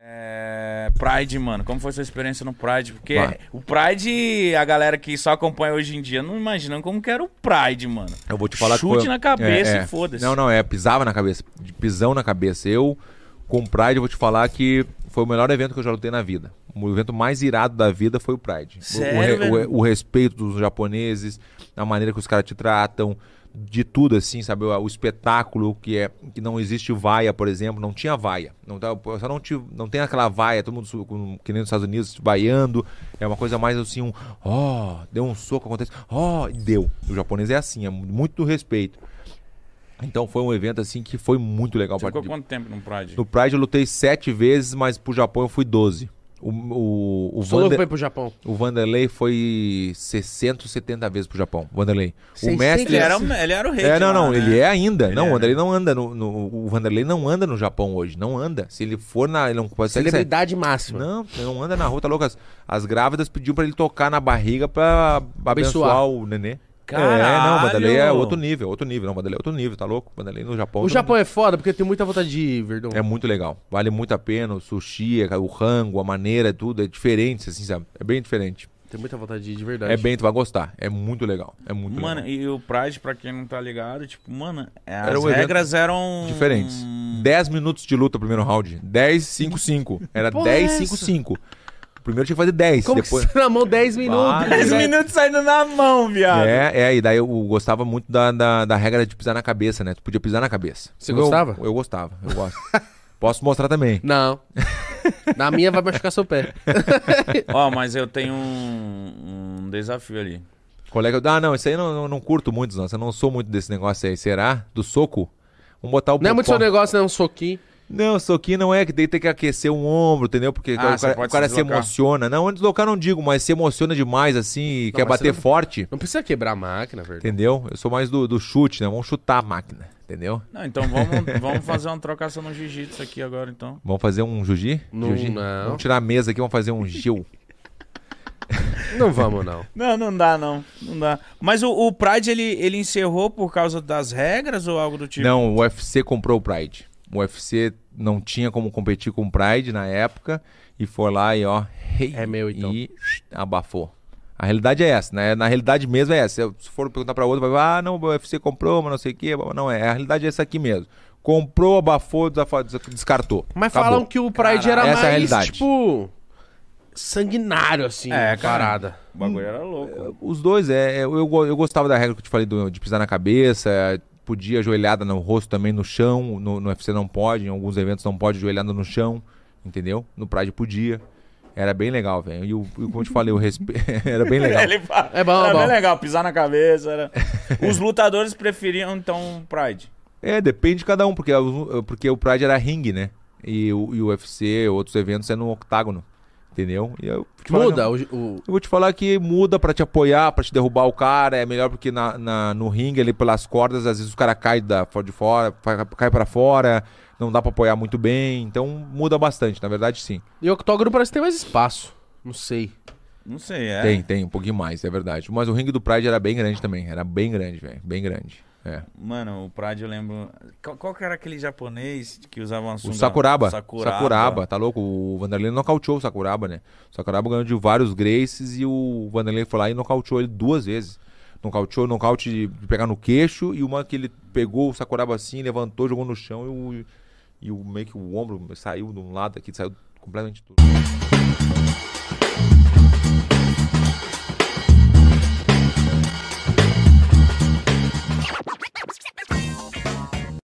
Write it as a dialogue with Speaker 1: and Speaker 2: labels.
Speaker 1: É, Pride, mano. Como foi sua experiência no Pride? Porque
Speaker 2: Vai.
Speaker 1: o Pride, a galera que só acompanha hoje em dia, não imagina como que era o Pride, mano.
Speaker 2: Eu vou te falar
Speaker 1: Chute
Speaker 2: que foi...
Speaker 1: na cabeça
Speaker 2: É,
Speaker 1: e
Speaker 2: é.
Speaker 1: foda-se.
Speaker 2: Não, não, é, pisava na cabeça. de Pisão na cabeça. Eu, com o Pride, eu vou te falar que foi o melhor evento que eu já lutei na vida. O evento mais irado da vida foi o Pride. O-
Speaker 1: Sério,
Speaker 2: o, re- o,
Speaker 1: velho?
Speaker 2: o respeito dos japoneses, a maneira que os caras te tratam, de tudo assim, sabe? O, o espetáculo que é que não existe vaia, por exemplo, não tinha vaia. Não tá, só não, te, não tem aquela vaia, todo mundo su- com- que nem nos Estados Unidos vaiando. É uma coisa mais assim, um ó, deu um soco, acontece, ó, e deu. O japonês é assim, é muito respeito. Então foi um evento assim que foi muito legal.
Speaker 1: Você ficou
Speaker 2: participar.
Speaker 1: quanto tempo no Pride?
Speaker 2: No Pride eu lutei sete vezes, mas pro Japão eu fui 12. O, o, o,
Speaker 3: Sou louco pra ir
Speaker 2: Vander,
Speaker 3: pro Japão.
Speaker 2: o Vanderlei foi 670 vezes pro Japão. Vanderlei. O
Speaker 3: 600?
Speaker 2: mestre.
Speaker 1: Ele era, o- ele era o rei.
Speaker 2: É,
Speaker 1: de
Speaker 2: não,
Speaker 1: lá,
Speaker 2: não,
Speaker 1: né?
Speaker 2: ele é ainda. não,
Speaker 1: é,
Speaker 2: o Vanderlei não anda no, no- O Vanderlei não anda no Japão hoje. Não anda. Se ele for na. Ele não consegue sair.
Speaker 3: Celebridade máxima.
Speaker 2: Não, não anda na rua, tá louco? As, as grávidas pediam pra ele tocar na barriga pra abençoar
Speaker 3: Abençoar.
Speaker 2: o nenê. É, não,
Speaker 1: Caralho!
Speaker 2: o Vanderlei é outro nível, outro nível. Não, o Vanderlei é outro nível, tá louco? O Vanderlei no Japão. todo
Speaker 3: O
Speaker 2: mundo-
Speaker 3: Japão é foda porque eu tenho muita vontade de ir, Verdão.
Speaker 2: é muito legal. Vale muito a pena o sushi, a- o rango, a maneira, tudo. É diferente, assim, sabe? É bem diferente.
Speaker 3: Tenho muita vontade de ir, de verdade.
Speaker 2: É bem, tu vai gostar. É muito legal. É muito
Speaker 1: Mano,
Speaker 2: legal.
Speaker 1: e o Pride, pra quem não tá ligado, tipo, mano, é, as
Speaker 2: Era um evento
Speaker 1: regras eram.
Speaker 2: Diferentes.
Speaker 3: hum.
Speaker 2: 10 minutos de luta, primeiro round. 10, 5, 5. Era
Speaker 3: Porra,
Speaker 2: 10,
Speaker 3: é
Speaker 2: 5,
Speaker 3: essa?
Speaker 2: 5. Primeiro tinha que fazer 10.
Speaker 3: Como
Speaker 2: depois...
Speaker 3: que você na mão 10 minutos?
Speaker 2: Vai.
Speaker 1: 10 minutos saindo na mão, viado.
Speaker 2: É, é, e daí eu gostava muito da, da, da regra de pisar na cabeça, né? Tu podia pisar na cabeça.
Speaker 3: Você
Speaker 2: Eu-
Speaker 3: gostava?
Speaker 2: Eu gostava, eu gosto. Posso mostrar também.
Speaker 3: Não. Na minha vai machucar seu pé.
Speaker 1: Ó, mas eu tenho um, um desafio ali.
Speaker 2: Colega, ah, não, isso aí eu não, não, não curto muito, nossa. Eu não sou muito desse negócio aí. Será? Do soco? Vamos botar o
Speaker 3: Não é muito seu
Speaker 2: pau-
Speaker 3: negócio, né? Um soquinho.
Speaker 2: Não, soquinho não é que daí tem que aquecer um ombro, entendeu? Porque
Speaker 1: Ah,
Speaker 2: o
Speaker 1: você
Speaker 2: cara,
Speaker 1: pode
Speaker 2: o cara
Speaker 1: se
Speaker 2: se,
Speaker 1: deslocar.
Speaker 2: emociona. Não, deslocar não digo, mas se emociona demais assim e quer
Speaker 3: mas você
Speaker 2: bater
Speaker 3: não-
Speaker 2: forte,
Speaker 3: Não precisa quebrar a máquina, Verdão.
Speaker 2: entendeu? Eu sou mais do, do chute, né? Vamos chutar a máquina, entendeu?
Speaker 1: Não, então vamos, vamos fazer uma trocação no jiu-jitsu aqui agora, então.
Speaker 2: Vamos fazer um juji?
Speaker 3: Não,
Speaker 2: Juji?
Speaker 3: não.
Speaker 2: Vamos tirar a mesa aqui, vamos fazer um gil.
Speaker 3: Não vamos, não.
Speaker 1: Não, não dá, não. Não dá. Mas o, o Pride, ele, ele encerrou por causa das regras ou algo do tipo?
Speaker 2: Não, o UFC comprou o Pride. O UFC não tinha como competir com o Pride na época e foi lá e ó, hey,
Speaker 3: É meu, então.
Speaker 2: e abafou. A realidade é essa, né? Na realidade mesmo é essa. Se for perguntar pra outro, vai falar, ah, não, o UFC comprou, mas não sei o quê. Não é, a realidade é essa aqui mesmo. Comprou, abafou, desafa- des- descartou.
Speaker 3: Mas
Speaker 2: Acabou.
Speaker 3: falam que o Pride
Speaker 1: Caralho.
Speaker 3: era
Speaker 2: Essa é a
Speaker 3: mais,
Speaker 2: realidade.
Speaker 3: tipo, sanguinário, assim,
Speaker 1: É,
Speaker 3: é,
Speaker 1: cara.
Speaker 3: parada.
Speaker 1: O bagulho era louco.
Speaker 2: Os dois, é, é, eu, go- eu gostava da regra que eu te falei do- de pisar na cabeça, é, podia ajoelhada no rosto também, no chão. No, no UFC não pode, em alguns eventos não pode ajoelhada no chão, entendeu? No Pride podia. Era bem legal, velho. E, o- e como eu te falei, o respeito. era bem legal.
Speaker 1: Ele fala-
Speaker 3: É bom,
Speaker 1: era
Speaker 3: é bom.
Speaker 1: bem legal, pisar na cabeça. Era... Os lutadores preferiam, então, o Pride.
Speaker 2: É, depende de cada um, porque, os- porque o Pride era ringue, né? E o, e o UFC, outros eventos, é no octágono, entendeu? E eu te falar que
Speaker 3: Muda
Speaker 2: não-
Speaker 3: o, o-
Speaker 2: Eu vou te falar que muda pra te apoiar, pra te derrubar o cara. É melhor porque na, na- no ringue ali pelas cordas, às vezes o cara cai da, fora de fora, fa- cai pra fora, não dá pra apoiar muito bem. Então muda bastante, na verdade sim.
Speaker 3: E o octógono parece que tem mais espaço. Não sei.
Speaker 1: Não sei, é.
Speaker 2: Tem, tem, um pouquinho mais, é verdade. Mas o ringue do Pride era bem grande também. Era bem grande, velho. Bem grande. É.
Speaker 1: Mano, o Pride eu lembro. Qual, qual que era aquele japonês que usava uma
Speaker 2: O
Speaker 1: sunga?
Speaker 2: Sakuraba. Sakuraba.
Speaker 1: né? Sakuraba.
Speaker 2: tá louco? O Vanderlei nocauteou o Sakuraba, né? O Sakuraba ganhou de vários Graces e o Vanderlei foi lá e nocauteou ele duas vezes. Nocauteou, nocaute de de pegar no queixo e uma que ele pegou o Sakuraba assim, levantou, jogou no chão e o, e o meio que o ombro saiu de um lado aqui, saiu completamente tudo.